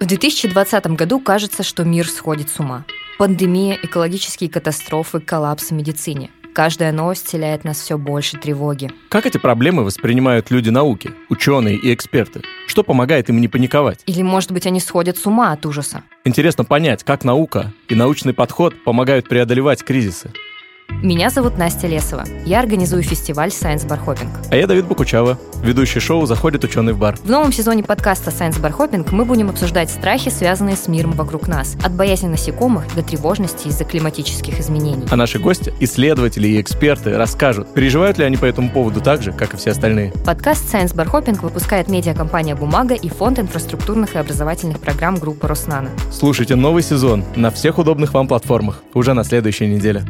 В 2020 году кажется, что мир сходит с ума. Пандемия, экологические катастрофы, коллапс в медицине. Каждая новость вселяет нас все больше тревоги. Как эти проблемы воспринимают люди науки, ученые и эксперты? Что помогает им не паниковать? Или, может быть, они сходят с ума от ужаса. Интересно понять, как наука и научный подход помогают преодолевать кризисы. Меня зовут Настя Лесова. Я организую фестиваль Science Bar Hopping. А я Давид Букучава, ведущий шоу «Заходит ученый в бар». В новом сезоне подкаста Science Bar Hopping мы будем обсуждать страхи, связанные с миром вокруг нас, от боязни насекомых до тревожности из-за климатических изменений. А наши гости, исследователи и эксперты расскажут, переживают ли они по этому поводу так же, как и все остальные. Подкаст Science Bar Hopping выпускает медиакомпания «Бумага» и фонд инфраструктурных и образовательных программ группы «Роснана». Слушайте новый сезон на всех удобных вам платформах уже на следующей неделе.